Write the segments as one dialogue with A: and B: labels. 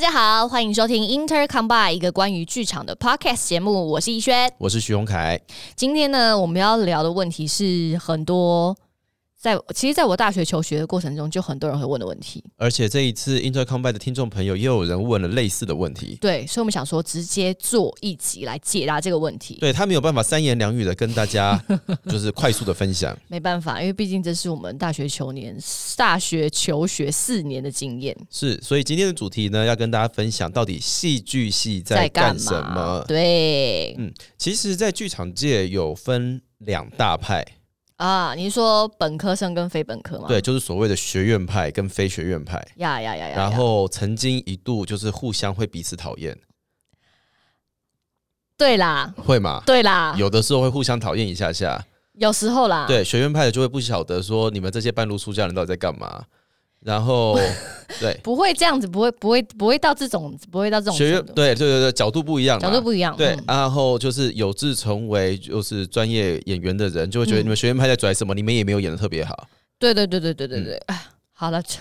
A: 家好，欢迎收听 Inter Combine 一个关于剧场的 podcast 节目，我是逸轩。
B: 我是徐宏凯。
A: 今天呢，我们要聊的问题是很多在其实，在我大学求学的过程中，就很多人会问的问题。
B: 而且这一次 Intercombine 的听众朋友又有人问了类似的问题，
A: 对，所以我们想说，直接做一集来解答这个问题。
B: 对他没有办法三言两语的跟大家 就是快速的分享。
A: 没办法，因为毕竟这是我们大学求年、大学求学四年的经验，
B: 是，所以今天的主题呢，要跟大家分享到底戏剧系在干什
A: 嘛
B: 么？。嗯
A: 对、
B: 其实，在剧场界有分两大派，
A: 啊，你是说本科生跟非本科吗？
B: 对，就是所谓的学院派跟非学院派。
A: 呀呀哎呀呀！
B: 然
A: 呀
B: 后曾经一度就是互相会彼此讨厌，
A: 对啦，
B: 会吗？
A: 对啦，有
B: 有的时候会互相讨厌一下下。
A: 时候啦，
B: 对，学院派的就会不晓得说你们这些半路出家人到底在干嘛。然后，对
A: 不会这样子，不会不会不会到这种，不会到这种
B: 学院
A: 程，度
B: 对对对对，角度不一样嘛，
A: 角度不一样。
B: 对
A: 嗯。
B: 然后就是有志成为就是专业演员的人，就会觉得你们学院派在拽什么，你们也没有演的特别好。
A: 对对对对对对对。
B: 嗯
A: 哎好了，就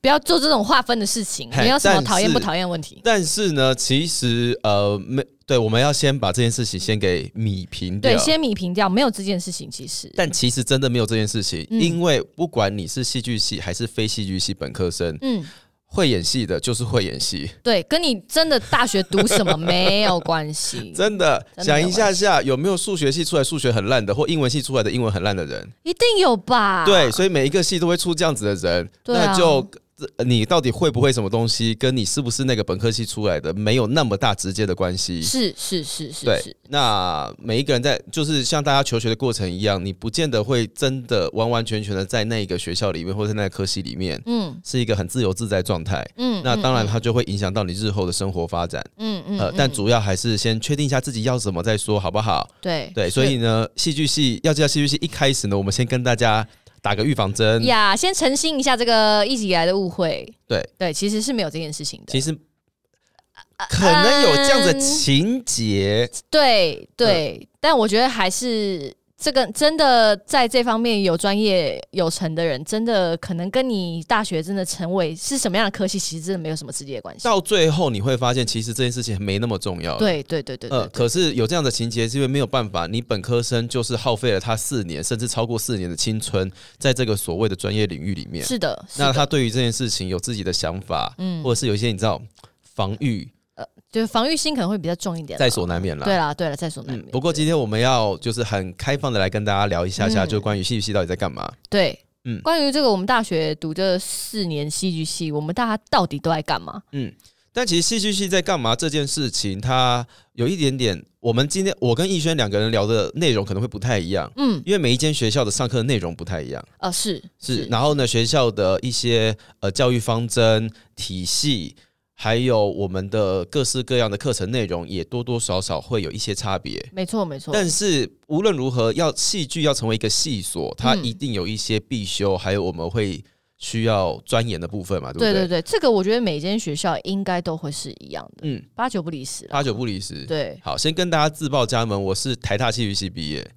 A: 不要做这种划分的事情。
B: 嘿
A: 你要什么
B: 但
A: 讨厌
B: 是
A: 不讨厌问题？
B: 但是呢，其实呃，没对，我们要先把这件事情先给米平掉。
A: 对，先米平掉，没有这件事情。其实，
B: 但其实真的没有这件事情，
A: 嗯
B: 因为不管你是戏剧系还是非戏剧系本科生，
A: 嗯，
B: 会演戏的就是会演戏。
A: 对，跟你真的大学读什么没有关系，
B: 真的
A: 真的
B: 想
A: 没
B: 一
A: 有
B: 下
A: 关
B: 下，有没有数学系出来数学很烂的，或英文系出来的英文很烂的人？
A: 一定有吧？
B: 对，所以每一个系都会出这样子的人，
A: 啊对啊
B: 那就。呃你到底会不会什么东西，跟你是不是那个本科系出来的没有那么大直接的关系。
A: 是是是是
B: 对
A: 是，，
B: 那每一个人在就是像大家求学的过程一样，你不见得会真的完完全全的在那个学校里面或者在那个科系里面
A: 嗯
B: 是一个很自由自在的状态。
A: 嗯，
B: 那
A: 嗯
B: 当然，，它就会影响到你日后的生活发展。
A: 嗯嗯，
B: 呃
A: 嗯，
B: 但主要还是先确定一下自己要什么再说，好不好？
A: 对
B: 对，所以呢，戏剧系要介绍戏剧系一开始呢，我们先跟大家打个预防针。
A: 呀，先澄清一下这个一直以来的误会。
B: 对
A: 对，呃其实是没有这件事情的。
B: 其实可能有这样的情节，
A: 嗯
B: 嗯
A: 对对，但我觉得还是这个真的在这方面有专业有成的人，真的可能跟你大学真的成为是什么样的科系，其实真的没有什么直接的关系。
B: 到最后你会发现，其实这件事情没那么重要。。
A: 对对对对对
B: 呃，
A: 对
B: 可是有这样的情节，是因为没有办法，你本科生就是耗费了他四年，甚至超过四年的青春，在这个所谓的专业领域里面。
A: 是的，是
B: 那
A: 的，
B: 他对于这件事情有自己的想法，
A: 嗯
B: 或者是有一些你知道防御，
A: 就是防御心可能会比较重一点啦。
B: 在所难免啦。
A: 对啦对啦，在所难免。
B: 嗯不过今天我们要就是很开放的来跟大家聊一下下，
A: 嗯
B: 就关于戏剧系到底在干嘛。
A: 对，
B: 嗯
A: 关于这个我们大学读这四年戏剧系，我们大家到底都在干嘛？
B: 但其实戏剧系在干嘛这件事情，它有一点点，我们今天我跟逸轩两个人聊的内容可能会不太一样，
A: 嗯，
B: 因为每一间学校的上课内容不太一样。
A: 呃，是
B: 是，然后呢，学校的一些呃教育方针体系，还有我们的各式各样的课程内容，也多多少少会有一些差别。
A: 没错没错。
B: 但是无论如何，要戏剧要成为一个戏所，它一定有一些必修，还有我们会需要钻研的部分嘛，对不
A: 对
B: 对？
A: 对对，这个我觉得每间学校应该都会是一样的，
B: 嗯，
A: 八九不离十了。
B: 八九不离十。
A: 对，
B: 好，先跟大家自报家门，我是台大戏剧系毕业。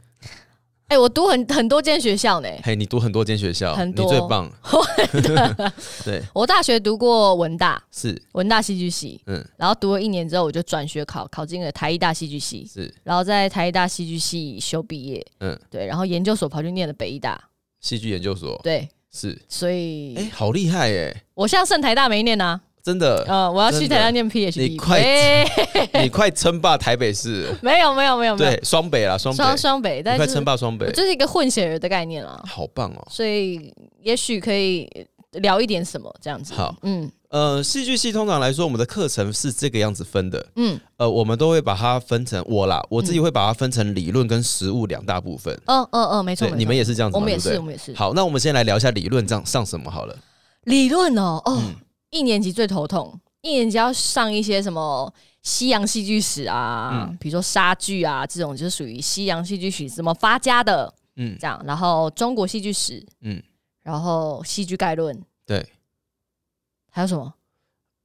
A: 哎、我读很很多间学校呢。
B: 嘿，你读很多间学校，
A: 很
B: 你
A: 多
B: 最 棒。 对，
A: 我大学读过文大，
B: 是，
A: 文大戏剧系，
B: 嗯，
A: 然后读了一年之后，我就转学考，考进了台艺大戏剧系，
B: 是
A: 然后在台艺大戏剧系修毕业，
B: 嗯，
A: 对，然后研究所跑去念了北艺大，
B: 戏剧研究所，
A: 对，
B: 是。
A: 所以、
B: 哎、好厉害哎、
A: 我像剩台大没念啊，
B: 真的，
A: 呃，我要去
B: 真的
A: 台大念 PhD，
B: 你快
A: 喂
B: 你快称霸台北市 了。
A: 没有没有没有没有
B: 对，双北啦，双北，
A: 双双北，
B: 你
A: 但
B: 快
A: 是
B: 称霸双北
A: 我，就是一个混血儿的概念啦，
B: 好棒哦。
A: 所以也许可以聊一点什么这样子，
B: 好，
A: 嗯
B: 呃，戏剧系通常来说，我们的课程是这个样子分的。
A: 嗯，
B: 呃，我们都会把它分成我啦，我自己会把它分成理论跟实务两大部分。
A: 嗯嗯嗯，没错，
B: 对，
A: 没错
B: 你们也是这样子
A: 我
B: 吗，
A: 们也
B: 对不
A: 是，
B: 对
A: 我？们也是。
B: 好，那我们先来聊一下理论上上什么好了。嗯
A: 理论哦，哦，一年级最头痛，一年级要上一些什么西洋戏剧史啊，
B: 嗯
A: 比如说莎剧啊这种，就是属于西洋戏剧史怎么发家的
B: 嗯，
A: 这样，然后中国戏剧史，嗯
B: 嗯，
A: 然后戏剧概论，
B: 对，
A: 还有什么？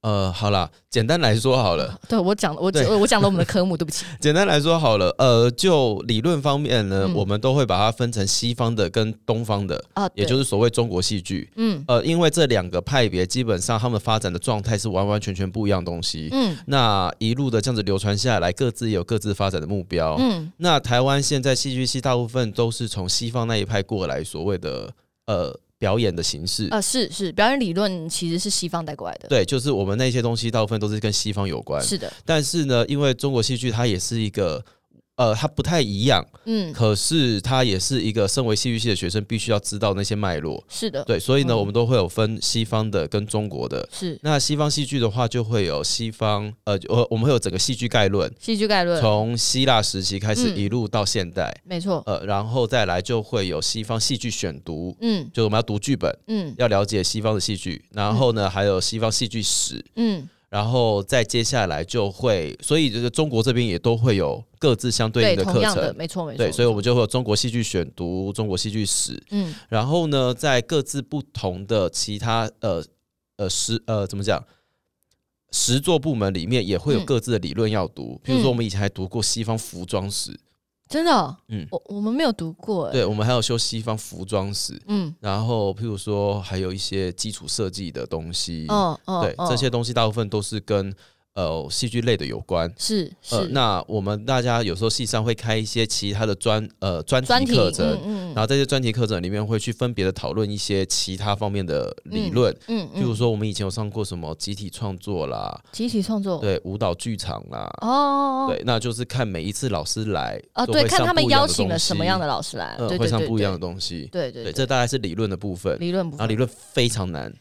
B: 呃，好啦，简单来说 好了，
A: 对我讲，我只
B: 对
A: 我讲了我们的科目，对不起。
B: 简单来说好了，呃，就理论方面呢，
A: 嗯
B: 我们都会把它分成西方的跟东方的，
A: 啊，对
B: 也就是所谓中国戏剧。
A: 嗯
B: 呃，因为这两个派别基本上他们发展的状态是完完全全不一样的东西。
A: 嗯
B: 那一路的这样子流传下来，各自也有各自发展的目标。
A: 嗯，
B: 那台湾现在戏剧系大部分都是从西方那一派过来，所谓的呃表演的形式。
A: 呃，是是，表演理论其实是西方带过来的，
B: 对，就是我们那些东西大部分都是跟西方有关。
A: 是的，
B: 但是呢，因为中国戏剧它也是一个。呃，它不太一样，
A: 嗯，
B: 可是它也是一个身为戏剧系的学生必须要知道那些脉络。
A: 是的，
B: 对，所以呢，
A: 嗯
B: 我们都会有分西方的跟中国的。
A: 是
B: 那西方戏剧的话，就会有西方，呃，我我们会有整个戏剧概论，
A: 戏剧概论，
B: 从希腊时期开始
A: 嗯
B: 一路到现代，
A: 没错，
B: 呃，然后再来就会有西方戏剧选读，
A: 嗯
B: 就是我们要读剧本，
A: 嗯
B: 要了解西方的戏剧，然后呢，还有西方戏剧史，
A: 嗯，
B: 然后再接下来就会，所以就是中国这边也都会有各自相对应的
A: 同
B: 课
A: 样的，
B: 程。
A: 没错没错，
B: 对，所以我
A: 没
B: 们就会有中国戏剧选读、中国戏剧史，
A: 错嗯
B: 然后呢，在各自不同的其他呃呃实呃怎么讲，实作部门里面也会有
A: 嗯
B: 各自的理论要读。譬如
A: 嗯
B: 说，我们以前还读过西方服装史，
A: 真的哦，
B: 嗯
A: 我我们没有读过，哎，
B: 对我们还有修西方服装史，
A: 嗯
B: 然后譬如说还有一些基础设计的东西，
A: 哦哦，
B: 对，
A: 哦
B: 这些东西大部分都是跟呃戏剧类的有关。
A: 是
B: 呃
A: 是，
B: 那我们大家有时候系上会开一些其他的专呃专
A: 专
B: 题
A: 题
B: 课程，
A: 嗯
B: 然后在这些专题课程里面会去分别的讨论一些其他方面的理论，
A: 嗯
B: 譬如
A: 嗯，
B: 说我们以前有上过什么集体创作啦，
A: 集体创作，
B: 对舞蹈剧场啦，
A: 哦嗯哦哦
B: 对，那就是看每一次老师来
A: 哦，
B: 都
A: 对，
B: 会
A: 看
B: 上
A: 他们
B: 不一样
A: 邀
B: 的
A: 请了
B: 东
A: 什么
B: 西
A: 样的老师来，
B: 呃
A: 对
B: 会
A: 对
B: 上
A: 对
B: 不一样的
A: 对
B: 东西，
A: 对对
B: 对，这大概是理论的部分，
A: 理论不
B: 然后理论非常难，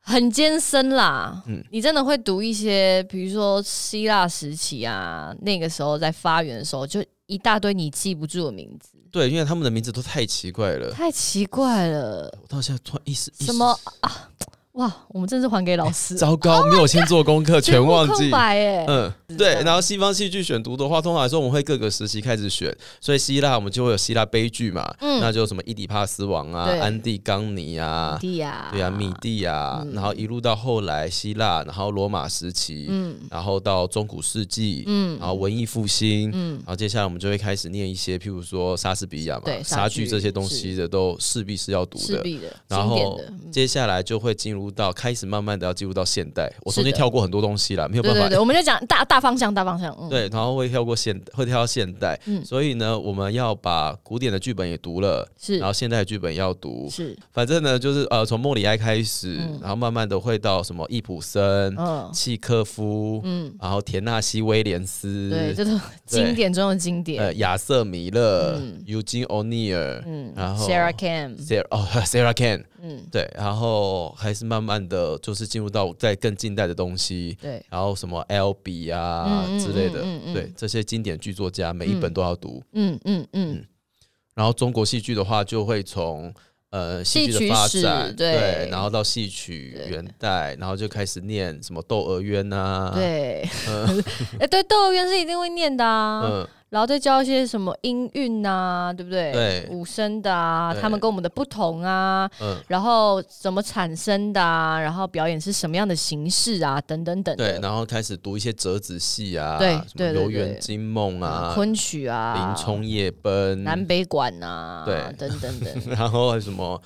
A: 很艰深啦。
B: 嗯
A: 你真的会读一些，比如说希腊时期啊，那个时候在发源的时候，就一大堆你记不住的名字，
B: 对，因为他们的名字都太奇怪了，
A: 太奇怪了。
B: 我到现在突然一时一时
A: 什么 Oh 啊？哇，我们真是还给老 师，
B: 糟糕，没有先做功课，全
A: 部
B: 忘
A: 空
B: 记。
A: 白哎、
B: 嗯，
A: 知
B: 对
A: 道。
B: 然后西方戏剧选读的话，通常来说我们会各个时期开始选，所以希腊我们就会有希腊悲剧嘛，
A: 嗯
B: 那就有什么伊底帕斯王啊
A: 对、
B: 安蒂冈尼啊，
A: 地呀，
B: 对啊，米蒂啊，
A: 嗯
B: 然后一路到后来希腊，然后罗马时期，
A: 嗯
B: 然后到中古世纪，
A: 嗯
B: 然后文艺复兴，
A: 嗯
B: 然后接下来我们就会开始念一些，譬如说莎士比亚嘛
A: 对、
B: 莎
A: 莎剧
B: 剧这些东西的，都势必是要读
A: 势
B: 的。
A: 必的，
B: 然
A: 经典
B: 后
A: 的，嗯
B: 接下来就会进入到开始慢慢的要进入到现代，我中间
A: 是的
B: 跳过很多东西啦，没有
A: 对
B: 办法
A: 对对，我们就讲大大方向，大方向，嗯，
B: 对，然后会跳过现，会跳到现代，
A: 嗯
B: 所以呢，我们要把古典的剧本也读了，
A: 是
B: 然后现代的剧本也要读，
A: 是，
B: 反正呢，就是呃，从莫里埃开始，
A: 嗯
B: 然后慢慢的会到什么易普生、
A: 嗯
B: 契科夫，
A: 嗯，
B: 然后田纳西威廉斯，
A: 对，这都经典中的经典，
B: 呃，亚瑟米勒、
A: 嗯
B: Eugene O'Neill，、
A: 嗯
B: 然后
A: ，Sarah Cam，
B: Sarah 哦 Sarah Can，
A: 嗯，
B: 对，然后还是慢慢的就是进入到在更近代的东西，
A: 对，
B: 然后什么 L B 啊
A: 嗯嗯
B: 之类的，
A: 嗯嗯嗯
B: 对这些经典剧作家，每一本都要读。
A: 嗯嗯嗯，
B: 然后中国戏剧的话，就会从呃
A: 戏
B: 戏剧
A: 曲
B: 的发
A: 史
B: 展，
A: 对
B: 然后到戏曲
A: 对
B: 元代，然后就开始念什么《窦娥冤》啊，，
A: 对， 哎，对，窦娥冤是一定会念的啊，
B: 嗯，
A: 然后再教一些什么音韵呐，对不对？
B: 对
A: 五声的啊，
B: 对
A: 他们跟我们的不同啊，
B: 嗯
A: 然后怎么产生的啊，然后表演是什么样的形式啊，等等等
B: 对，
A: 的，
B: 然后开始读一些折子戏啊，
A: 对
B: 什么
A: 对
B: 《
A: 对
B: 游园
A: 对
B: 惊梦》啊，
A: 昆曲啊，
B: 林冲夜奔》，
A: 南北馆啊，
B: 嗯对
A: 等等 等，
B: 然后还有什么，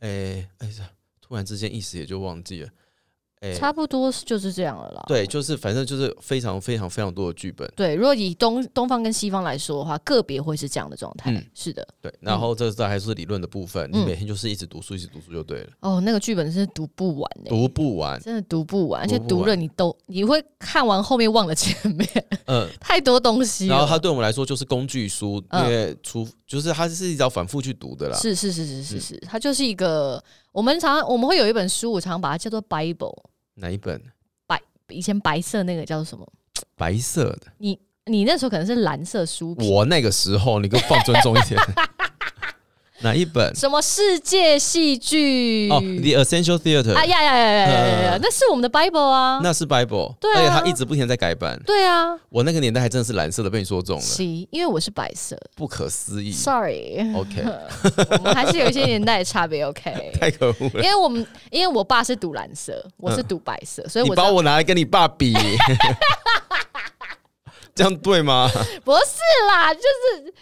B: 哎哎呀，突然之间一时也就忘记了，哎，
A: 差不多是就是这样了啦。
B: 对，就是反正就是非常非常非常多的剧本。
A: 对，如果以东东方跟西方来说的话，个别会是这样的状态。
B: 嗯
A: 是的，
B: 对，然后这这还是理论的部分，你
A: 嗯
B: 每天就是一直读书，一直读书就对了，
A: 哦，那个剧本真是读不完呢、
B: 读 不完。
A: 真的读不完，而
B: 读
A: 且
B: 不
A: 读了
B: 完
A: 你都你会看完后面忘了前面，
B: 嗯，
A: 太多东西
B: 然后它
A: 了。
B: 对我们来说就是工具书，因
A: 嗯
B: 为出就是它是一直要反复去读的啦。
A: 是是是是
B: 嗯
A: 是是，它就是一个我们常我们会有一本书，我常把它叫做 Bible，
B: 哪一本？
A: 以前白色那个叫做什么？
B: 白色的。
A: 你那时候可能是蓝色书皮，
B: 我那个时候，你给我放尊重一点。 哪一本？
A: 什么世界戏剧？
B: 哦，《The Essential Theater》
A: 啊呀呀呀呀呀呀呀
B: 呃！
A: 那是我们的 Bible 啊。
B: 嗯那是 Bible，
A: 对啊
B: 而且它一直不停地在改版。
A: 对啊，
B: 我那个年代还真的是蓝色的，被你说中了，
A: 行，因为我是白色的
B: 不可思议。
A: ，sorry，
B: OK，
A: 我们还是有一些年代的差别，OK。
B: 太可恶
A: 因
B: 了！
A: 为我们因为我爸是读蓝色，我是读白色，所以
B: 嗯你
A: 我知
B: 把
A: 道
B: 我拿来跟你爸 比， 这样对吗？
A: 不是啦，就是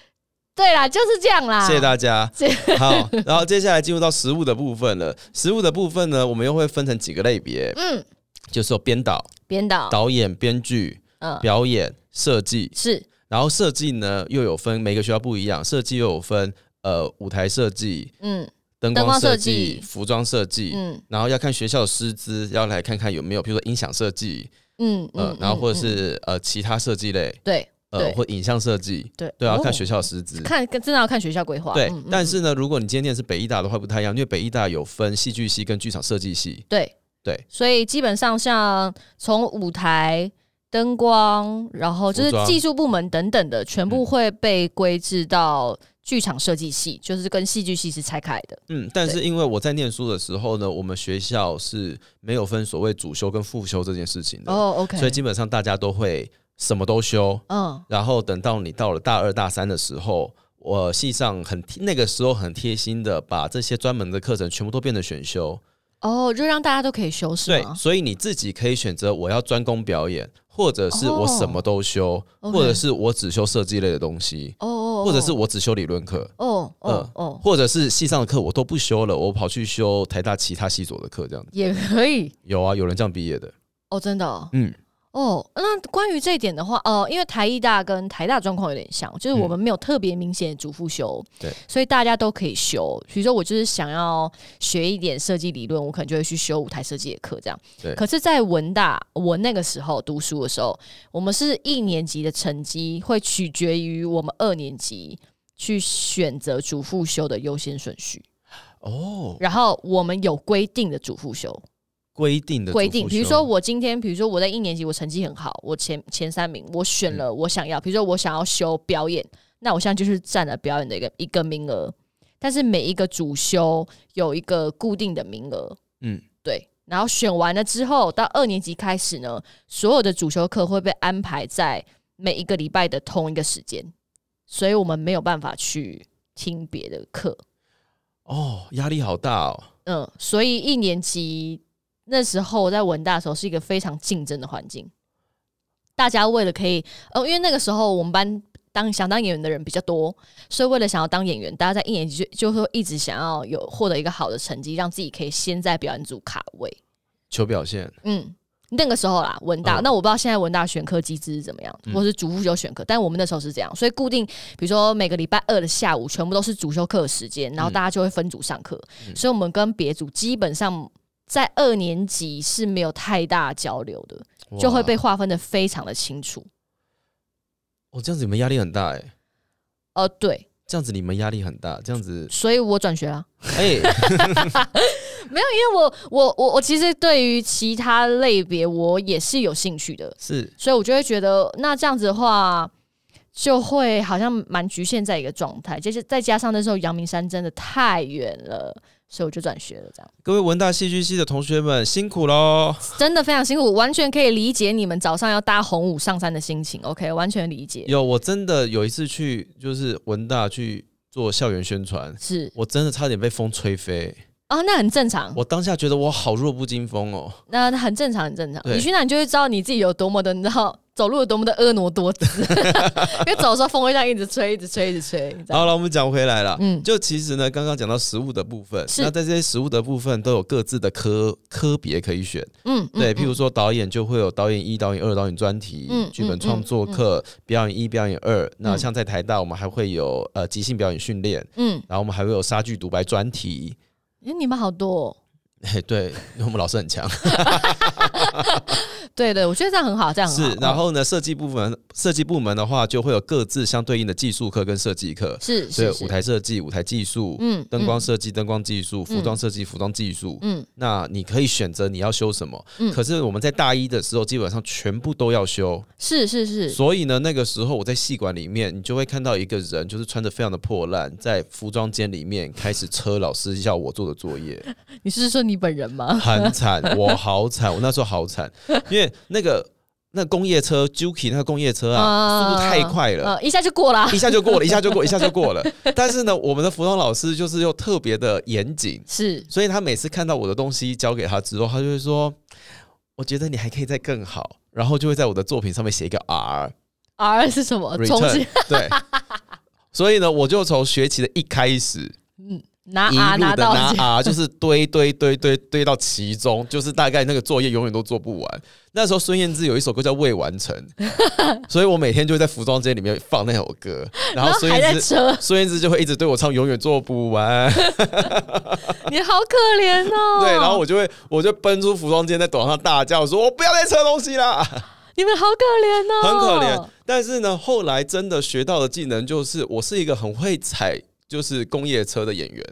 A: 对啦，就是这样啦。
B: 谢谢大家
A: 啊谢。
B: 好，然后接下来进入到食物的部分了。食物的部分呢，我们又会分成几个类别，
A: 嗯，
B: 就是有编导、
A: 编导，
B: 导演、编剧、
A: 嗯，
B: 表演、设计。
A: 是
B: 然后设计呢又有分，每个学校不一样，设计又有分，呃，舞台设计、
A: 嗯
B: 灯
A: 灯光
B: 光设
A: 设计
B: 计、服装设计。
A: 嗯
B: 然后要看学校的师资，要来看看有没有，比如说音响设计，
A: 嗯
B: 呃，
A: 嗯，
B: 然后或
A: 嗯
B: 者
A: 嗯
B: 是呃其他设计类，
A: 对
B: 呃，
A: 对
B: 或影像设计，
A: 对
B: 对啊，要看
A: 哦
B: 学校的师资。
A: 看真的要看学校规划。
B: 对
A: 嗯嗯，
B: 但
A: 嗯
B: 是呢，如果你今天念的是北艺大的话，不太一样，因为北艺大有分戏剧系跟剧场设计系。
A: 对
B: 对，
A: 所以基本上像从舞台。灯光，然后就
B: 服
A: 是
B: 装嗯
A: 技术部门等等的，全部会被归置到剧场设计系，就是跟戏剧系是拆开的。
B: 嗯，但是因为我在念书的时候呢，我们学校是没有分所谓主修跟副修这件事情的，
A: 哦，OK、o k
B: 所以基本上大家都会什么都修。
A: 嗯，
B: 然后等到你到了大二大三的时候，我系上很贴那个时候很贴心的把这些专门的课程全部都变成选修，
A: 哦，就让大家都可以修饰
B: 对，
A: 吗？
B: 所以你自己可以选择我要专攻表演，或者是我什么都修，
A: 哦
B: 或者
A: OK
B: 是我只修设计类的东西，
A: 哦哦，哦
B: 或者是我只修理论课。
A: 哦哦哦，
B: 或者是系上的课我都不修了，我跑去修台大其他系所的课，这样子
A: 也可以
B: 有啊，有人这样毕业的，
A: 哦，真的哦。
B: 嗯，
A: 哦，那关于这一点的话，哦，因为台艺大跟台大状况有点像，就是我们没有特别明显的主副修，
B: 嗯对
A: 所以大家都可以修。比如说，我就是想要学一点设计理论，我可能就会去修舞台设计的课，这样。
B: 对
A: 可是，在文大，我那个时候读书的时候，我们是一年级的成绩会取决于我们二年级去选择主副修的优先顺序。
B: 哦，
A: 然后我们有规定的主副修
B: 规定的
A: 规
B: 主
A: 定，
B: 副
A: 比如说
B: 修
A: 我今天，比如说我在一年级我成绩很好，我前前三名，我
B: 嗯
A: 选了我想要，比如说我想要修表演，那我现在就是占了表演的一个一个名额，但是每一个主修有一个固定的名额，
B: 嗯，
A: 对。然后选完了之后，到二年级开始呢，所有的主修课会被安排在每一个礼拜的同一个时间，所以我们没有办法去听别的课。
B: 哦，压力好大哦，
A: 嗯，所以一年级那时候我在文大的时候是一个非常竞争的环境，大家为了可以，呃，因为那个时候我们班当想当演员的人比较多，所以为了想要当演员，大家在一年级就就会一直想要有获得一个好的成绩，让自己可以先在表演组卡位。
B: 求表现，
A: 嗯，那个时候啦，文大，
B: 嗯
A: 那我不知道现在文大选科机制是怎么样，
B: 嗯
A: 或是主副修选科，但我们那时候是这样，所以固定，比如说每个礼拜二的下午，全部都是主修课的时间，然后
B: 嗯
A: 大家就会分组上课，
B: 嗯
A: 所以我们跟别组基本上。在二年级是没有太大交流的，就会被
B: 哇
A: 划分的非常的清楚。
B: 哦，这样子你们压力很大哎、
A: 呃，对，
B: 这样子你们压力很大，这样子
A: 所以我转学啦，
B: 哎、
A: 因为我我我我其实对于其他类别我也是有兴趣的，
B: 是
A: 所以我就会觉得，那这样子的话，就会好像蛮局限在一个状态，就是再加上那时候阳明山真的太远了，所以我就转学了，这样
B: 各位文大戏剧系的同学们辛苦喽。
A: 真的非常辛苦，完全可以理解你们早上要搭红舞上山的心 情，OK，完全理解，
B: 有，我真的有一次去，就是文大去做校园宣传，
A: 是
B: 我真的差点被风吹飞。
A: 啊，那很正常，
B: 我当下觉得我好弱不禁风哦。
A: 那那很正常，很正常，
B: 对
A: 你去那你就会知道你自己有多么的，你知道走路有多么的婀娜多姿， 因为走的时候风会这样一直吹，一直吹，一直吹，这样
B: 好了，我们讲回来了。
A: 嗯
B: 就其实呢，刚刚讲到食物的部分，
A: 是
B: 那在这些食物的部分都有各自的科科别可以选。
A: 嗯，嗯
B: 对，譬如
A: 嗯
B: 说导演就会有导演一、导演二、导演专题
A: 嗯、
B: 剧本
A: 嗯
B: 创作
A: 嗯嗯
B: 课、表演一、表演二。那
A: 嗯
B: 像在台大，我们还会有呃即兴表演训练，
A: 嗯，哎
B: 然后我们还会有莎剧独白专题。
A: 诶你们好多、哦。
B: 嘿，对，因为我们老师很强。
A: 对对，我觉得这样很好，这样很好嗯
B: 是，然后呢，设计部门设计部门的话，就会有各自相对应的技术课跟设计课
A: 嗯，是
B: 所以
A: 是是
B: 舞台设计、舞台技术、
A: 嗯
B: 灯光设计、灯光技术、服
A: 嗯
B: 装设计、服装技术。
A: 嗯
B: 那你可以选择你要修什么，
A: 嗯
B: 可是我们在大一的时候基本上全部都要修，
A: 是是是
B: 所以呢，那个时候我在戏馆里面，你就会看到一个人就是穿着非常的破烂，在服装间里面开始车老师要我做的 作业，
A: 你是说你本人吗？
B: 很惨，我好惨，我那时候 好惨，因为那个那工业车 Juki 那个工业车啊，速度太快了，
A: 呃，一下就过了啊，
B: 一下就过了，一下就过，一下就过了。但是呢，我们的服装老师就是又特别的严谨，
A: 是
B: 所以他每次看到我的东西交给他之后，他就会说：“我觉得你还可以再更好。”然后就会在我的作品上面写一个 R
A: R 是什么？哦重新
B: return，对。所以呢，我就从学期的一开始，
A: 拿 R
B: 一路
A: 啊拿
B: 的
A: 到
B: 拿
A: 底
B: R，就是堆堆堆堆堆到其中，就是大概那个作业永远都做不完。那时候孙燕姿有一首歌叫《未完成》， 所以我每天就会在服装间里面放那首歌，然后孙
A: 还
B: 燕
A: 在
B: 姿
A: 车，
B: 孙燕姿就会一直对我唱《永远做不完》，
A: 你好可怜哦。
B: 对，然后我就会我就奔出服装间，在走廊上大叫说：“我不要再吃东西啦，
A: 你们好可怜哦，
B: 很可怜。。”但是呢，后来真的学到的技能就是，我是一个很会踩就是工业车的演员。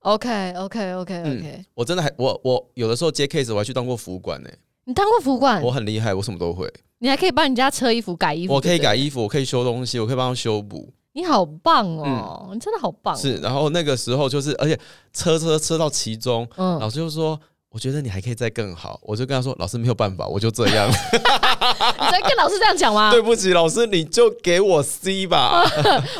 A: OK OK OK OK，
B: 嗯，我真的还我我有的时候接 case，我还去当过服务官呢、
A: 你当过服管
B: 我，很厉害，我什么都会，
A: 你还可以帮人家车衣服、改嗯衣服，
B: 我可以
A: 对不对
B: 改。衣服，我可以修东西，我可以帮他修补。
A: 你好棒哦，你真的好棒。
B: 嗯是，，然后那个时候就是，而且车车车到其中，
A: 嗯，
B: 老师就说。我觉得你还可以再更好，我就跟他说：“老师没有办法，我就这 样。”
A: 你在跟老师这样讲吗？
B: 对不起，老师，你就给我 C 吧，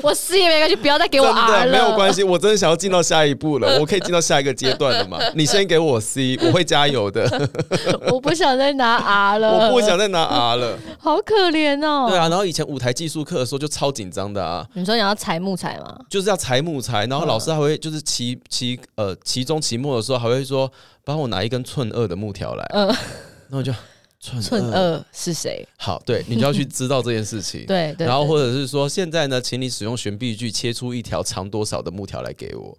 A: 我 C 也没关系，不要再给
B: 真
A: 我 R
B: 的
A: 了。
B: 没有关系，我真的想要进到下一步了，我可以进到下一个阶段 了嘛？你先给我 C，我会加油的，
A: 我不想再拿 R 了，
B: 我不想，再拿 R 了。
A: 好可怜呃哦。
B: 对啊，然后以前舞台技术课的时候就超紧张的啊，
A: 你说你要裁木材吗？
B: 就是要裁木材，然后老师还会就是期期呃期中期末的时候还会说帮我拿一根寸二的木条来，
A: 嗯，
B: 那我就寸
A: 寸
B: 二，
A: 二是谁？
B: 好，对你就要去知道这件事 情。
A: 对对，
B: 然后
A: 对
B: 或者是说，现在呢，请你使用悬臂锯切出一条长多少的木条来给我，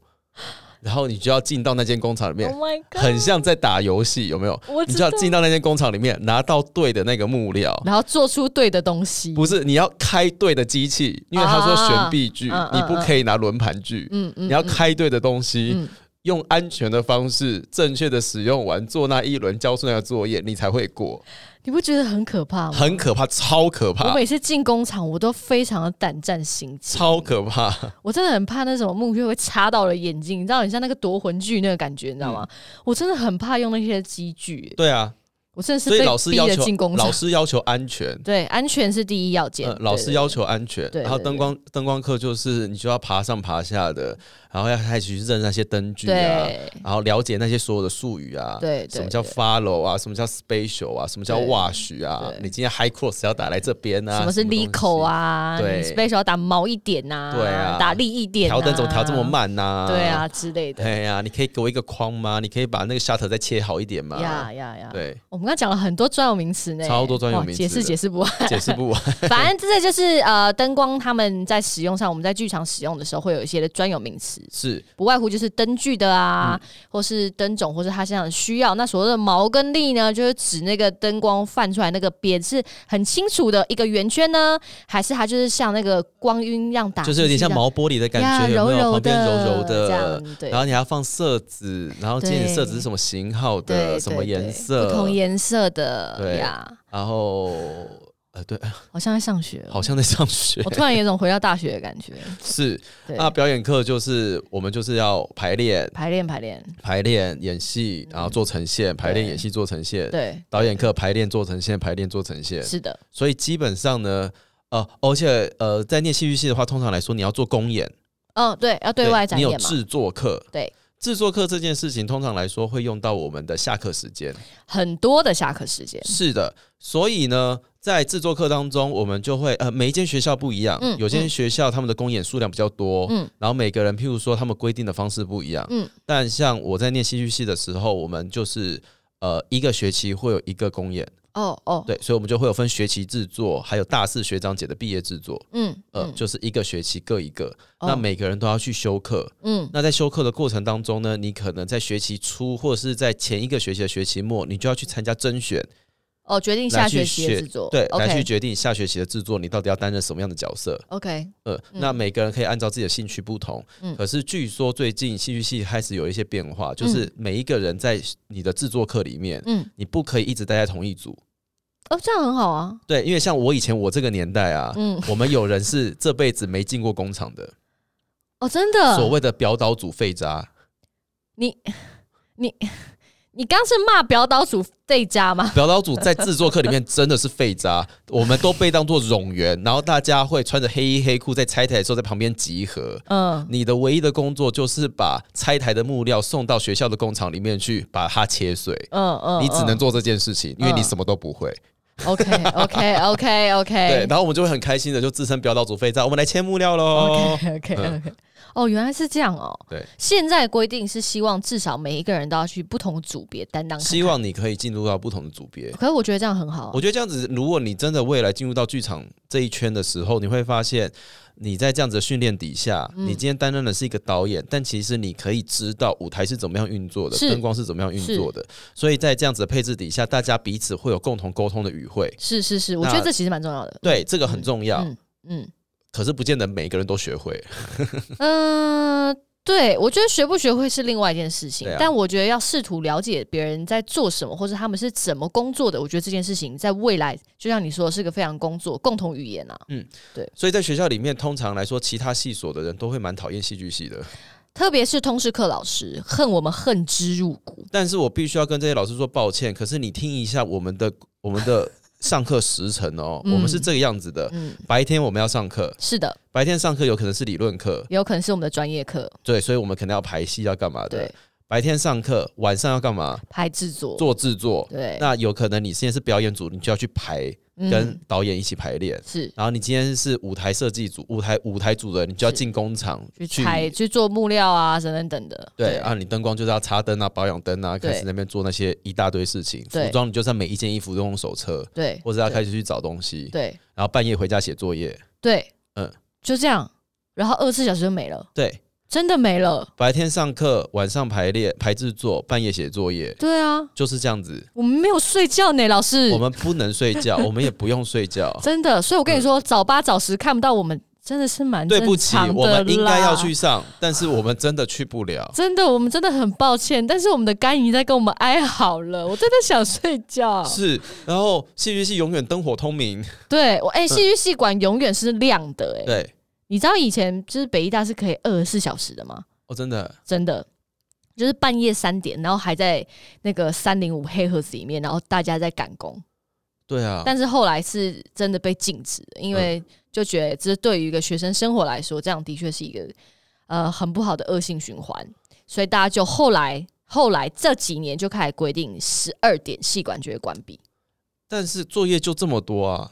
B: 然后你就要进到那间工厂里面
A: Oh，my God，
B: 很像在打游戏，有没有？
A: 我
B: 你
A: 知
B: 就
A: 道
B: 要。进到那间工厂里面，拿到对的那个木料，
A: 然后做出对的东西，
B: 不是你要开对的机器，因为他说悬臂锯，
A: 啊啊啊
B: 你不可以拿轮盘锯，
A: 嗯嗯
B: 你要开对的东西。
A: 嗯
B: 用安全的方式，正确的使用完，做那一轮交出那个作业，你才会过。
A: 你不觉得很可怕吗？
B: 很可怕，超可
A: 哦我
B: 怕，
A: 每次进工厂，我都非常的胆战心惊，
B: 超可怕。
A: 我真的很怕那什么木屑会插到了眼睛，你知道，很像那个夺魂锯那个感觉，你知道吗？我真的很怕用那些机具，
B: 嗯对啊，
A: 我真的是
B: 所以
A: 被
B: 老师
A: 逼
B: 要
A: 的
B: 求
A: 进工厂
B: 老。师要求安全。
A: 对，安全是第一要件
B: 呃。，老师
A: 对
B: 要求安全，
A: 对
B: 然后
A: 对
B: 灯光灯光课就是你就要爬上爬下的，然后要开始去认那些灯具啊，
A: 对
B: 然后了解那些所有的术语啊，
A: 对对
B: 什么叫
A: 对
B: follow 啊，什么叫 spatial 啊，什么叫
A: 对
B: wash 啊
A: 对，
B: 你今天 high cross 要打来这边啊，
A: 什么是
B: 东
A: 立
B: 西
A: 口，啊？
B: 对
A: 你 special 要打毛一点呐、
B: 对啊
A: 打立一点、啊，
B: 调灯怎么调这么、慢呐？
A: 对啊，之类的。
B: 哎呀，你可以给我一个框吗？你可以把那个 shutter 再切好一点吗？
A: 呀呀呀！
B: 对，
A: 哦我们刚刚讲了很多专有名词呢，
B: 超多专有
A: 哇
B: 名词
A: 解释
B: 的
A: 解释不完。
B: 解释不完。
A: 反正这就是呃，灯光他们在使用上，我们在剧场使用的时候会有一些的专有名词，
B: 是
A: 不外乎就是灯具的啊，
B: 嗯
A: 或是灯种，或是它现场的需要。那所谓的毛跟粒呢，就是指那个灯光泛出来那个边是很清楚的一个圆圈呢，还是它就是像那个光晕一样打，
B: 就是有点像毛玻璃的感觉，
A: 柔
B: 有没有？
A: 柔
B: 旁
A: 的
B: 边柔柔
A: 这
B: 的，
A: 样对
B: 然。后你还要放色纸，然后今天
A: 对
B: 的色纸是什么型号
A: 对，
B: 的，什么
A: 对对
B: 颜色，
A: 不同颜色的
B: 对
A: 呀，
B: 然后呃，对，
A: 好像在上学哦。
B: 好像在上学
A: 嗯我突然有一种回到大学的感觉。
B: 是
A: 对，
B: 那表演课就是我们就是要排练、
A: 排练排练，
B: 排练、演戏，然后做呈现，排练、演戏、做呈现。
A: 嗯对，
B: 导演课排练做呈现，排练做呈现。
A: 是的，
B: 所以基本上呢，呃，而且呃，在念戏剧系的话，通常来说你要做公演，
A: 嗯，对，要对外展
B: 你有
A: 演嘛，
B: 制作课，
A: 对。
B: 制作课这件事情，通常来说会用到我们的下课时间。
A: 很多的下课时间，
B: 是的，所以呢，在制作课当中，我们就会呃，每一间学校不一样，
A: 嗯
B: 有些学校他们的公演数量比较多，
A: 嗯
B: 然后每个人譬如说他们规定的方式不一样，
A: 嗯
B: 但像我在念戏剧系的时候，我们就是呃一个学期会有一个公演，
A: 哦哦，
B: 对，所以我们就会有分学期制作，还有大四学长姐的毕业制作，
A: 嗯
B: 呃，
A: 嗯
B: 就是一个学期各一个，
A: 哦
B: 那每个人都要去修课。
A: 嗯
B: 那在修课的过程当中呢，你可能在学期初或者是在前一个学期的学期末，你就要去参加甄选，
A: 哦，决定下学期的制作，
B: 对，来去
A: ，OK
B: 决定下学期的制作，你到底要担任什么样的角色。
A: OK，
B: 呃，那每个人可以按照自己的兴趣不同。
A: 嗯
B: 可是据说最近戏剧系开始有一些变化，就是每一个人在你的制作课里面，
A: 嗯，
B: 你不可以一直待在同一组。
A: 哦，这样很好啊，
B: 对，因为像我以前我这个年代啊，
A: 嗯，
B: 我们有人是这辈子没进过工 厂的，
A: 哦，真的，
B: 所谓的表导组废渣。
A: 你你你刚是骂表导组这一家吗？
B: 表导组在制作课里面真的是废渣，我们都被当做冗员，然后大家会穿着黑衣黑裤在拆台的时候在旁边集合。
A: 嗯，
B: 你的唯一的工作就是把拆台的木料送到学校的工厂里面去，把它切碎。
A: 嗯嗯，
B: 你只能做这件事情，因为你什么都不会。
A: OK OK OK
B: 对，
A: OK
B: 然后我们就会很开心的就自称表导组废渣，我们来切木料喽。
A: OK OK
B: 嗯
A: OK，哦，原来是这样哦。
B: 对，
A: 现在规定是希望至少每一个人都要去不同组别担当看看。
B: 希望你可以进入到不同的组别。
A: 可是我觉得这样很好啊
B: 我。觉得这样子，如果你真的未来进入到剧场这一圈的时候，你会发现，你在这样子的训练底下，
A: 嗯
B: 你今天担任的是一个导演，但其实你可以知道舞台是怎么样运作的，
A: 是
B: 灯光是怎么样运作的。所以在这样子的配置底下，大家彼此会有共同沟通的语汇。
A: 是是是，我
B: 那
A: 觉得这其实蛮重要的。
B: 对，这个很重要，
A: 嗯嗯
B: 可是不见得每个人都学会。
A: 嗯、呃对，我觉得学不学会是另外一件事情，
B: 对啊
A: 但我觉得要试图了解别人在做什么，或者他们是怎么工作的。我觉得这件事情在未来，就像你说，是个非常工作共同语言啊。
B: 所以在学校里面，通常来说，其他系所的人都会蛮讨厌戏剧系的。
A: 特别是通识课老师，恨我们恨之入骨。
B: 但是我必须要跟这些老师说抱歉。可是你听一下我们的我们 的上课时程哦，
A: 嗯
B: 我们是这个样子的。
A: 嗯，
B: 白天我们要上课，
A: 是 的，
B: 白天上课有可能是理论课，
A: 也有可能是我们的专业课，
B: 对，所以我们可能要排戏要干嘛的
A: 对。，
B: 白天上课，晚上要干嘛？
A: 拍制作，
B: 做制作。
A: 对，
B: 那有可能你现在是表演组，你就要去排，
A: 嗯
B: 跟导演一起排练。
A: 是
B: 然后你今天是舞台设计组、舞台舞台组的，你就要
A: 是
B: 进工厂
A: 去采去做木料啊，等等等的。
B: 对啊，你灯光就是要擦灯啊、保养灯啊，
A: 对
B: 开始那边做那些一大堆事情。
A: 对
B: 服装你就是要每一件衣服都用手册，
A: 对，
B: 或者要
A: 对
B: 开始去找东西，
A: 对
B: 然后半夜回家写作业。
A: 对，嗯
B: 嗯，
A: 就这样，然后二十四小时就没了，
B: 对，
A: 真的没了。
B: 白天上课，晚上排练、排制作，半夜写作业，
A: 对啊，
B: 就是这样子。
A: 我们没有睡觉呢，老师。
B: 我们不能睡 觉，我们也不用睡觉。
A: 真的，所以我跟你说，早八早十看不到我们，真的是蛮
B: 嗯对不
A: 正
B: 起，
A: 常
B: 我
A: 的
B: 们应
A: 啦
B: 该要去。上，但是我们真的去不了。
A: 真的，我们真的很抱歉，但是我们的肝已经在跟我们哀嚎了。我真的想睡觉。
B: 是，然后戏剧系永远灯火通明。
A: 对我，哎、
B: 嗯
A: 戏剧系馆永远是亮的、哎、
B: 对，
A: 你知道以前就是北医大是可以二十四小时的吗？
B: 哦，真的，
A: 真的，就是半夜三点，然后还在那个三零五黑盒子里面，然后大家在赶工。
B: 对啊。
A: 但是后来是真的被禁止的，因
B: 嗯
A: 为就觉得这对于一个学生生活来说，这样的确是一个呃很不好的恶性循环，所以大家就后来后来这几年就开始规定十二点系馆就会关闭，
B: 但是作业就这么多啊。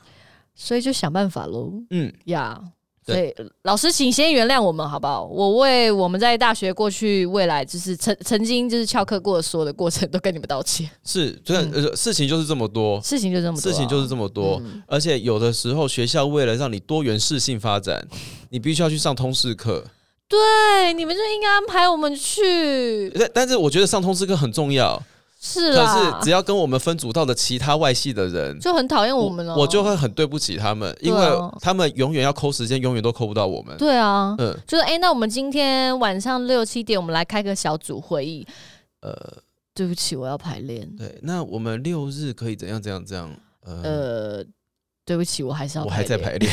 A: 所以就想办法喽
B: 嗯，
A: 呀。所以呃
B: 对
A: 老师，请先原谅我们好不好？我为我们在大学过去未来就是曾曾经就是翘课过的所有的过程都跟你们道歉，
B: 是，对，呃，事情就是这么多，
A: 事情就嗯这么多啊、
B: 事情就是这么多，
A: 嗯
B: 而且有的时候学校为了让你多元适性 发展，你必须要去上通识课。
A: 对，你们就应该安排我们去，
B: 但但是我觉得上通识课很重要，
A: 是啊
B: 可
A: 啦。
B: 是只要跟我们分组到的其他外系的人，
A: 就很讨厌我们了。哦
B: 我就会很对不起他们，因
A: 对
B: 为
A: 啊
B: 他们永远要抠时间，永远都抠不到我们。
A: 对啊，
B: 嗯，
A: 就是哎、诶那我们今天晚上六七点，我们来开个小组会议。
B: 呃，
A: 对不起，我要排练。
B: 对，那我们六日可以怎样怎样怎样？呃，
A: 呃，对不起，我还是要
B: 我
A: 练
B: 还在排。练，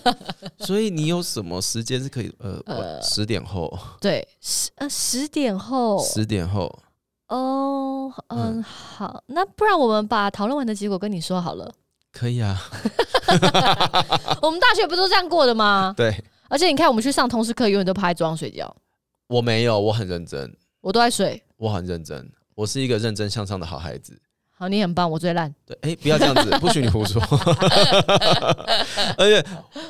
B: 所以你有什么时间是可以？呃，晚十点后，
A: 对，十呃十点后
B: 十点后，
A: 哦，嗯，
B: 嗯
A: 好，那不然我们把讨论完的结果跟你说好了。
B: 可以啊，
A: 我们大学不都这样过的吗？
B: 对。
A: 而且你看，我们去上通识课，永远都趴在桌上睡觉，
B: 我没有，我很认真，
A: 我都在睡。
B: 我很认真，我是一个认真向上的好孩子。
A: 好，你很棒，我最烂。
B: 对，哎、不要这样 子，不许你胡说。 而且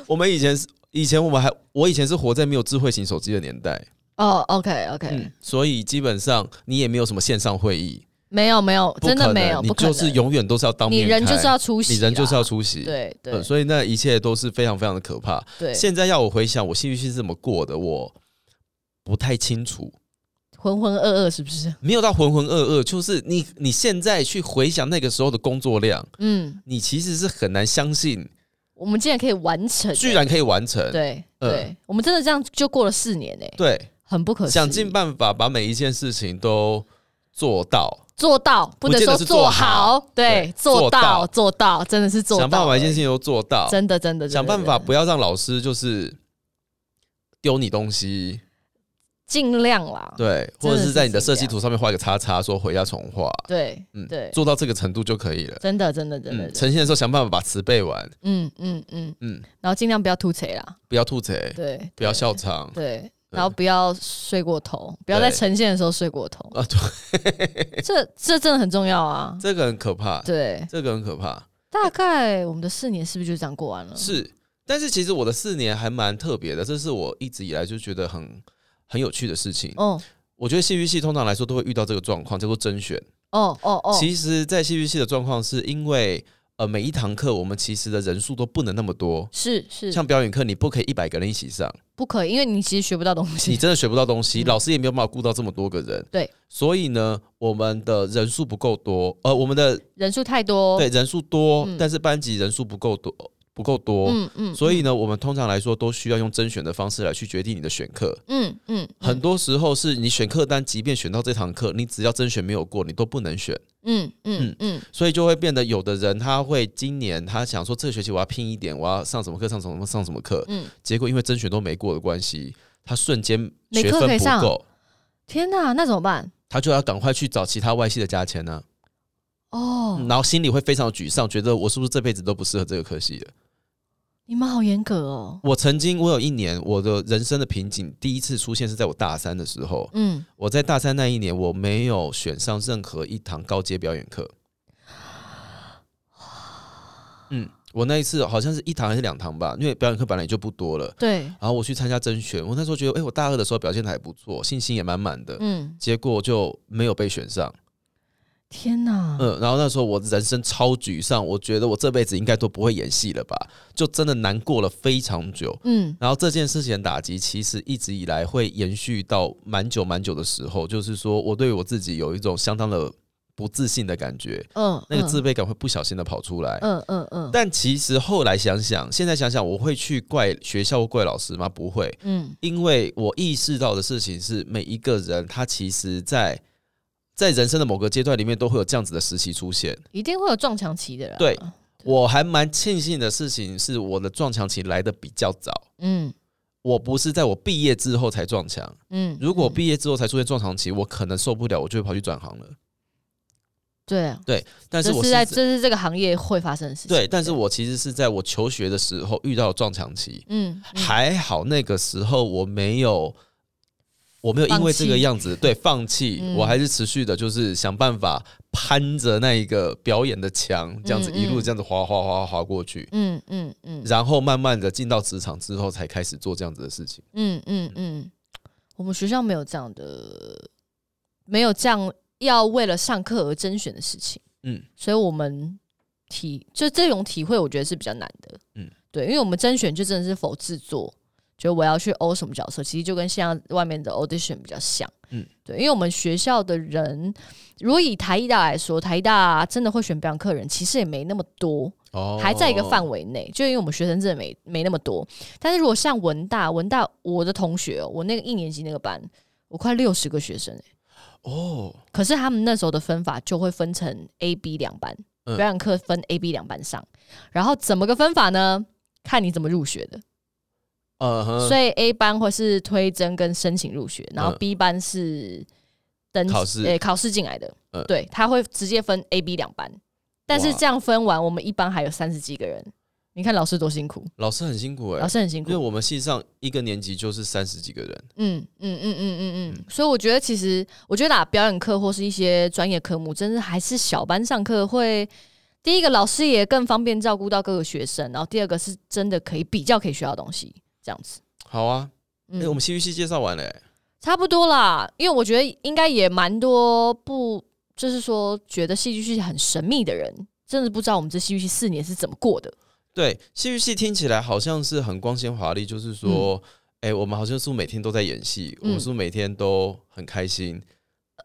B: 我们以前是，以前我们还，我以前是活在没有智慧型手机的年代，
A: 哦，OK OK，、
B: 嗯，所以基本上你也没有什么线上会议，
A: 没有没有，
B: 不
A: 真的
B: 可
A: 没有，
B: 能，你
A: 不可
B: 就是
A: 能。
B: 永远都是要当
A: 你
B: 面
A: 人
B: 开
A: 就是要出席
B: 你
A: 啦，
B: 人就是要出席，
A: 对对
B: 呃所以那一切都是非常非常的可怕。
A: 对，
B: 现在要我回想我戏剧系是怎么过的，我不太清楚，
A: 浑浑噩噩，是不是？
B: 没有到浑浑噩噩，就是你你现在去回想那个时候的工作量，
A: 嗯，
B: 你其实是很难相信
A: 我们竟然可以完成、欸
B: 居然可以完成。
A: 对
B: 呃
A: 对，我们真的这样就过了四年诶、
B: 对，
A: 很不可思议。
B: 想尽办法把每一件事情都做到，
A: 做到，不能
B: 不见
A: 说
B: 得是做好
A: 好，对
B: 对，
A: 做
B: 做
A: 到
B: 到
A: 做到，真的是做到。欸
B: 想办法把一件事情都做到，
A: 真的真的真的
B: 想办法
A: 真的
B: 不要让老师就是丢你东西，
A: 尽量啦。
B: 对，啊
A: 啊真的
B: 或者是在你的
A: 是这
B: 设
A: 样
B: 计图上面画一个叉叉，说回家重画，
A: 对
B: 嗯
A: 对，
B: 做到这个程度就可以了。
A: 真的真的真的
B: 嗯，
A: 真的，
B: 呈现的时候想办法把词背完，
A: 嗯嗯嗯，
B: 嗯，
A: 然后尽量不要吐贼啦，
B: 不要吐贼，
A: 对，
B: 不要笑场
A: 对。然后不要睡过头，不要在
B: 对
A: 呈现的时候睡过头，
B: 啊！对，
A: 这这真的很重要啊。
B: 这个很可怕，
A: 对，
B: 这个很可怕。
A: 大概我们的四年是不是就这样过完了？
B: 是，但是其实我的四年还蛮特别的，这是我一直以来就觉得很很有趣的事情。
A: 哦
B: 我觉得戏剧系通常来说都会遇到这个状况，叫做甄选。
A: 哦哦哦，
B: 其实，在戏剧系的状况是因为呃每一堂课我们其实的人数都不能那么多，
A: 是是
B: 像表演课你不可以一百个人一起上，
A: 不可以，因为你其实学不到东
B: 你
A: 西。
B: 真的学不到东西，
A: 嗯
B: 老师也没有办法顾到这么多个人。
A: 对，
B: 所以呢，我们的人数不够多，呃，我们的
A: 人数太多，
B: 对人数多
A: 哦嗯，
B: 但是班级人数不够多，不够多。
A: 嗯嗯，
B: 所以呢，我们通常来说都需要用甄选的方式来去决定你的选课。
A: 嗯嗯
B: 很多时候是你选课单，即便选到这堂课，你只要甄选没有过，你都不能选。
A: 嗯嗯嗯
B: 所以就会变得有的人他会今年他想说这个学期我要拼一点，我要上什么课上什么上什么课，
A: 嗯，
B: 结果因为甄选都没过的关系，
A: 啊
B: 他瞬间
A: 没
B: 学
A: 课可以
B: 分不
A: 上
B: 够，
A: 天哪，那怎么办？
B: 他就要赶快去找其他外系的加签呢、
A: 哦，
B: 然后心里会非常沮丧，觉得我是不是这辈子都不适合这个科系了？
A: 你们好严格哦。
B: 我曾经我有一年我的人生的瓶颈第一次出现是在我大三的时候，
A: 嗯，
B: 我在大三那一年我没有选上任何一堂高阶表演课。嗯，我那一次好像是一堂还是两堂吧，因为表演课本来就不多了。
A: 对，
B: 然后我去参加甄选，我那时候觉得，哎、我大二的时候表现的还不错，信心也满满的，
A: 嗯，
B: 结果就没有被选上。
A: 天哪，
B: 嗯，然后那时候我人生超沮丧，我觉得我这辈子应该都不会演戏了吧，就真的难过了非常久。
A: 嗯
B: 然后这件事情的打击，其实一直以来会延续到蛮久蛮久的时候，就是说我对我自己有一种相当的不自信的感觉，
A: 嗯，
B: 那个自卑感会不小心的跑出来。
A: 嗯，嗯嗯嗯，
B: 但其实后来想想，现在想想，我会去怪学校或怪老师吗？不会，
A: 嗯
B: 因为我意识到的事情是，每一个人他其实在在人生的某个阶段里面都会有这样子的时期出现。
A: 一定会有撞墙期的啦。
B: 对我还蛮庆幸的事情是，我的撞墙期来的比较早，
A: 嗯
B: 我不是在我毕业之后才撞墙。
A: 嗯，
B: 如果
A: 嗯
B: 毕业之后才出现撞墙期，我可能受不了，我就会跑去转行了。
A: 对啊，
B: 但是
A: 这
B: 我
A: 是在这是这个行业会发生的事情。
B: 对，但是我其实是在我求学的时候遇到撞墙期，
A: 嗯，嗯
B: 还好那个时候我没有。我没有因为这个样子对放弃，
A: 嗯
B: 我还是持续的，就是想办法攀着那一个表演的墙，这样子
A: 嗯
B: 一路
A: 嗯
B: 这样子滑滑滑滑滑过去，
A: 嗯嗯嗯
B: 然后慢慢的进到职场之后，才开始做这样子的事情。
A: 嗯嗯嗯，我们学校没有这样的，没有这样要为了上课而甄选的事情。
B: 嗯，
A: 所以我们体就这种体会，我觉得是比较难的。嗯
B: 嗯，
A: 对，因为我们甄选就真的是否制作，就我要去欧什么角色，其实就跟现在外面的 audition 比较像。嗯
B: 嗯，
A: 对，因为我们学校的人，如果以台艺大来说，台艺大真的会选表演课的人，其实也没那么多，
B: 哦
A: 还在一个范围内。就因为我们学生真的没没那么多，但是如果像文大，文大我的同学哦、我那个一年级那个班，我快六十个学生、欸
B: 哦，
A: 可是他们那时候的分法就会分成 A、B 两班，
B: 嗯
A: 表演课分 A、B 两班上。然后怎么个分法呢？看你怎么入学的。
B: 呃哼，
A: 所以 A 班会是推甄跟申请入学，然后
B: 嗯
A: B 班是登
B: 考试
A: 呃考试进来的。
B: 嗯
A: 对，他会直接分 A、B 两班。但是
B: 哇
A: 这样分完，我们一班还有三十几个人，你看老师多辛苦，
B: 老师很辛苦哎、
A: 老师很辛
B: 因为
A: 苦。
B: 我们系上一个年级就是三十几个人，
A: 嗯嗯嗯嗯嗯嗯，所以我觉得其实，我觉得打表演课或是一些专业科目，真的还是小班上课会，第一个老师也更方便照顾到各个学生，然后第二个是真的可以比较可以学到东西，这样子。
B: 好啊，哎、
A: 嗯，
B: 我们戏剧系介绍完了、欸，
A: 差不多啦，因为我觉得应该也蛮多不，就是说觉得戏剧系很神秘的人，真的不知道我们这戏剧系四年是怎么过的。
B: 对，戏剧系听起来好像是很光鲜华丽，就是说，哎、哎、我们好像是每天都在演戏，我们
A: 嗯
B: 是每天都很开心。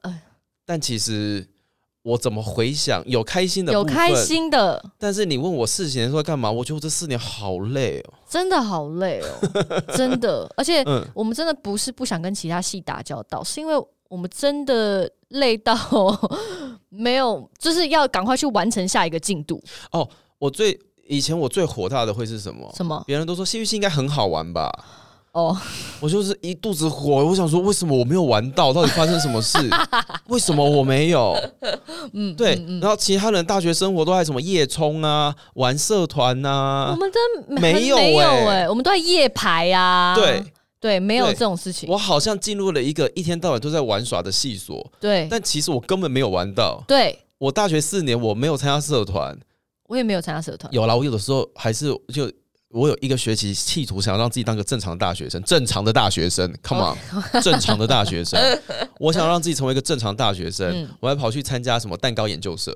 A: 哎
B: 但其实我怎么回想，有开心的
A: 有
B: 部分
A: 开，心的，
B: 但是你问我四年说干嘛，我觉得我这四年好累哦。
A: 真的好累 哦，真的。而且
B: 嗯，
A: 我们真的不是不想跟其他系打交道，是因为我们真的累到没有，就是要赶快去完成下一个进度。
B: 我最以前我最火大的会是什么？
A: 什么？
B: 别人都说戏剧系应该很好玩吧，
A: 哦，
B: 我就是一肚子火，我想说为什么我没有玩到？到底发生 什么事？为什么我没有？
A: 嗯，
B: 对
A: 嗯，嗯
B: 然后其他人大学生活都还什么夜冲啊、玩社团
A: 我
B: 啊，
A: 们真很
B: 没有
A: 没有
B: 欸
A: 哎、我们都在夜排呀、啊。
B: 对
A: 对，没有
B: 对
A: 这种事情。
B: 我好像进入了一个一天到晚都在玩耍的细所，
A: 对
B: 但其实我根本没有玩到。
A: 对，
B: 我大学四年我没有参加社团，
A: 我也没有参加社团。
B: 有啦，我有的时候还是就我有一个学期企图想让自己当个正常的大学生，正常的大学生 ，come
A: 哦
B: on，正常的大学生，我想让自己成为一个正常大学生，
A: 嗯
B: 我还跑去参加什么蛋糕研究社，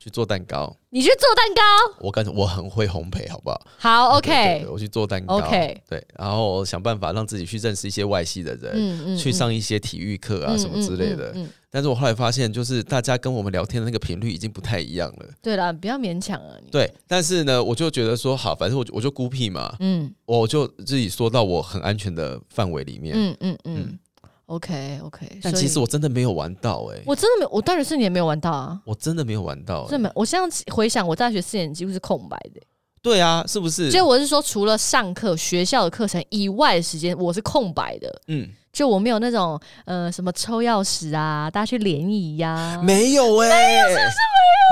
B: 去做蛋糕。
A: 你去做蛋糕，
B: 我感觉我很会烘焙，好不好
A: 好
B: 对对
A: 哦，OK
B: 对。我去做蛋糕
A: OK
B: 对，然后想办法让自己去认识一些外系的人。
A: 嗯嗯
B: 去上一些体育课啊，什么之类的。
A: 嗯嗯嗯嗯
B: 但是我后来发现，就是大家跟我们聊天的那个频率已经不太一样了。
A: 对啦，不要勉强啊，你。
B: 对，但是呢，我就觉得说，好，反正我就我就孤僻嘛，
A: 嗯
B: 我就自己缩到我很安全的范围里面。
A: 嗯嗯嗯
B: 嗯
A: ，OK OK。
B: 但其实
A: 我
B: 我真的没有玩到、欸，
A: 我真的没有，我大学四年也没有玩到啊，
B: 我真的没有玩到、欸
A: 真的没有。我现在回想，我大学四年几乎是空白的、
B: 对啊，是不是？
A: 就我是说，除了上课、学校的课程以外的时间，我是空白的。
B: 嗯，
A: 就我没有那种呃什么抽钥匙啊，大家去联谊呀，
B: 没有哎、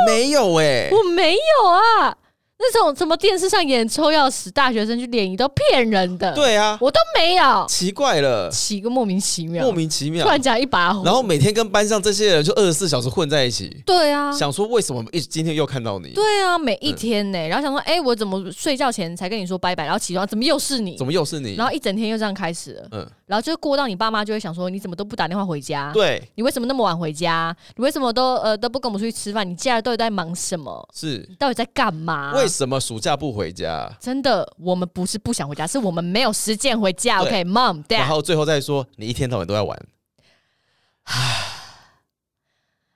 B: 没有哎、
A: 我没有啊。那种什么电视上演抽钥匙，大学生去联谊都骗人的，，
B: 对啊，
A: 我都没有，
B: 奇怪了，
A: 起个莫名其妙，
B: 莫名其妙
A: 突。然讲一把火，
B: 然后每天跟班上这些人就二十四小时混在一起，
A: 对啊，
B: 想说为什么一今天又看到你？
A: 对啊，每一天呢、然后想说，哎、我怎么睡觉前才跟你说拜拜，然后起床怎么又是你
B: 怎？么又是你？
A: 然后一整天又这样开始了，
B: 嗯，
A: 然后就过到你爸妈就会想说，你怎么都不打电话回家？
B: 对，
A: 你为什么那么晚回家？你为什么都呃都不跟我们出去吃饭？你假日到底在忙什么？
B: 是
A: 你到底在干嘛？
B: 为什么暑假不回家？
A: 真的，我们不是不想回家，是我们没有时间回家。
B: 对
A: OK，Mom、
B: 然
A: Dad。
B: 后最后再说，你一天到晚都在玩，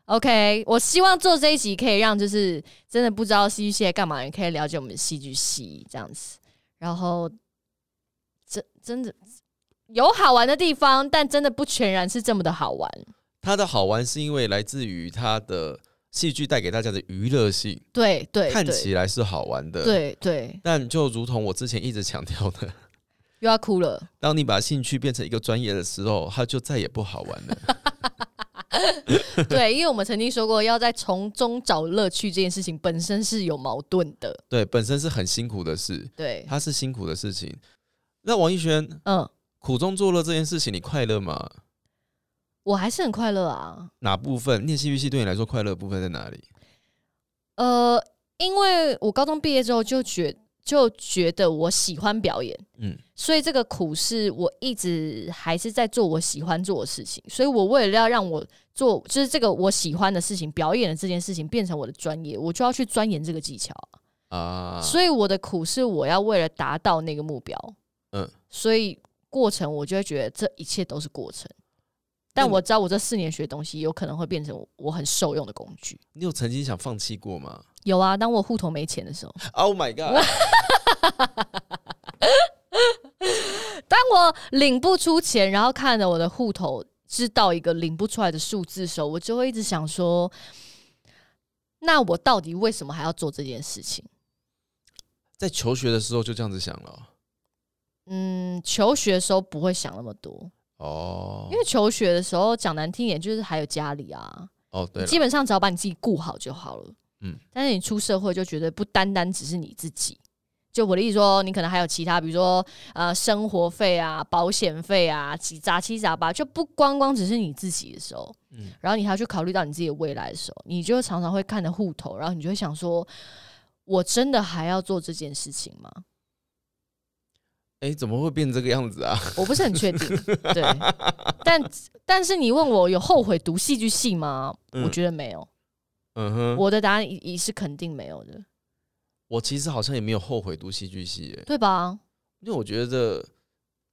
A: OK，我希望做这一集可以让就是真的不知道戏剧系在干嘛，也可以了解我们的戏剧系这样子。然后，真真的有好玩的地方，但真的不全然是这么的好玩。
B: 它的好玩是因为来自于它的戏剧带给大家的娱乐性，
A: 对对
B: 看
A: 对
B: 起来是好玩的。，
A: 对对，
B: 但就如同我之前一直强调的，
A: 又要哭了。
B: 当你把兴趣变成一个专业的时候，它就再也不好玩 了。
A: 对，因为我们曾经说过，要在从中找乐趣这件事情本身是有矛盾的。
B: 对，本身是很辛苦的事，
A: 对，
B: 它是辛苦的事情。那王一轩，
A: 嗯，
B: 苦中作乐这件事情，你快乐吗？
A: 我还是很快乐啊。
B: 哪部分念戏剧系对你来说快乐的部分在哪里？
A: 呃，因为我高中毕业之后就觉就觉得我喜欢表演。
B: 嗯，
A: 所以这个苦是我一直还是在做我喜欢做的事情，所以我为了要让我做就是这个我喜欢的事情，表演的这件事情变成我的专业，我就要去钻研这个技巧啊。
B: 啊，
A: 所以我的苦是我要为了达到那个目标，
B: 嗯，
A: 所以过程我就会觉得这一切都是过程。但
B: 那你
A: 我知道我这四年学的东西有可能会变成我我很受用的工具。
B: 你有曾经想放弃 过吗
A: 有啊，当我户头没钱的时候，
B: ？Oh my god！
A: 当我领不出钱，然后看着我的户头知道一个领不出来的数字的时候，我就会一直想说，那我到底为什么还要做这件事情？
B: 在求学的时候就这样子想了
A: 嗯，求学的时候不会想那么多，
B: 哦，
A: 因为求学的时候讲难听一点，就是还有家里啊，
B: 哦
A: 你
B: 对了，
A: 基本上只要把你自己顾好就好了。嗯
B: 嗯，
A: 但是你出社会就觉得不单单只是你自己。就我的意思说，你可能还有其他，比如说呃生活费啊、保险费啊、几杂七杂八，就不光光只是你自己的时候，
B: 嗯
A: 然后你还要去考虑到你自己的未来的时候，你就常常会看着户头，然后你就会想说，我真的还要做这件事情 吗？
B: 哎、怎么会变这个样子啊？
A: 我不是很确定，对，但但是你问我有后悔读戏剧系吗？
B: 嗯
A: 我觉得没有，
B: 嗯哼，我
A: 我的答案也是肯定没有的，
B: 我其实好像也没有后悔读戏剧系、耶
A: 对吧？
B: 因为我觉得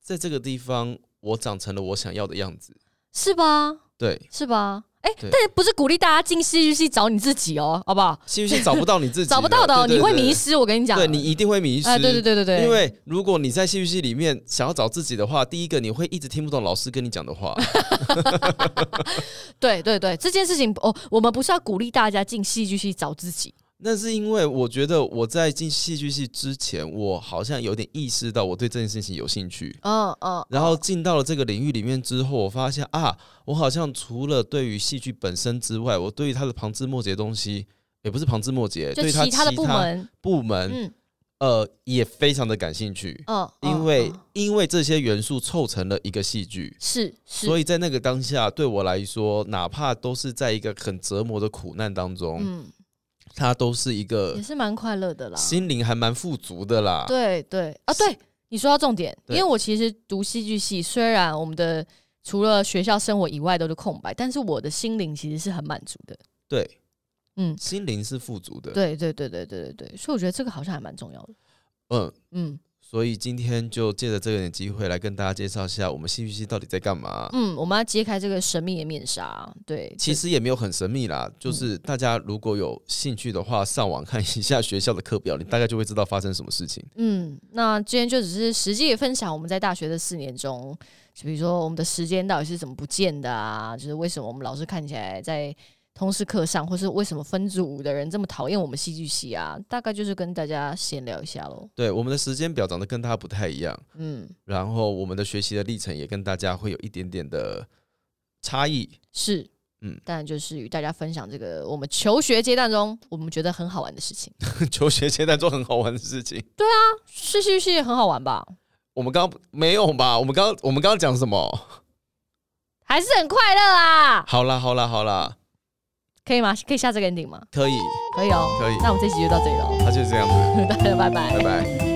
B: 在这个地方，我长成了我想要的样子。
A: 是吧？
B: 对，
A: 是吧？哎、
B: 对
A: 但不是鼓励大家进戏剧系找你自己哦，好不好？
B: 戏剧系找不到 你自己的，
A: 找不到的哦，
B: 对
A: 你会迷。
B: 对对
A: 失。我跟你讲，
B: 对你一定会迷失。
A: 哎，对对对对对，
B: 因为如果你在戏剧系里面想要找自己的话，第一个你会一直听不懂老师跟你讲 的话，
A: 对对对，这件事情哦，我们不是要鼓励大家进戏剧系找自己，
B: 那是因为我觉得我在进戏剧系之前，我好像有点意识到我对这件事情有兴趣。
A: 嗯嗯，
B: 然后进到了这个领域里面之后，我发现啊，我好像除了对于戏剧本身之外，我对于它的旁枝末节的东西，也不是旁枝末节，
A: 就
B: 对于它
A: 其他的部门，
B: 部门，
A: 嗯
B: 呃，也非常的感兴趣，
A: 嗯，
B: 因
A: 嗯
B: 为
A: 嗯
B: 因为这些元素凑成了一个戏剧，
A: 是是，
B: 所
A: 以
B: 以在那个当下，对我来说，哪怕都是在一个很折磨的苦难当中，
A: 嗯，
B: 它都是一个
A: 也是蛮快乐的啦。
B: 呃心灵还蛮富足的啦。
A: 对对啊，对你说到重点，因为
B: 对
A: 我其实读戏剧系，虽然我们的除了学校生活以外都是空白，但是我的心灵其实是很满足的。
B: 对，
A: 嗯
B: 心灵是富足的。，
A: 对对对对对对对，所以我觉得这个好像还蛮重要的。
B: 嗯，
A: 嗯
B: 所以今天就借着这个点机会来跟大家介绍一下我们戏剧系到底在干嘛。
A: 嗯，我们要揭开这个神秘的面纱。对，
B: 啊其实也没有很神秘啦，就是大家如果有兴趣的话，上网看一下学校的课表，你大概就会知道发生什么事情。
A: 嗯，那今天就只是实际的分享我们在大学的四年中，就比如说我们的时间到底是怎么不见的啊？就是为什么我们老师看起来在通识课上，或是为什么分组的人这么讨厌我们戏剧系啊？大概就是跟大家闲聊一下喽。
B: 对，我们的时间表长得跟大家不太一样，
A: 嗯，
B: 然后我们的学习的历程也跟大家会有一点点的差异。
A: 是，嗯
B: 嗯，
A: 当然就是与大家分享这个我们求学阶段中我们觉得很好玩的事情。
B: 求学阶段做很好玩的事情，
A: 是戏剧系也很好玩吧？
B: 我们刚刚没有吧？我们刚我们刚刚讲什么？
A: 还是很快乐啊？
B: 好啦好啦好啦，
A: 可以吗？可以下这个 ending 吗？
B: 可以，
A: 可以哦。
B: 可以
A: 那我们这集就到这里喽，
B: 他就是这样子，
A: 大家拜拜
B: 拜拜。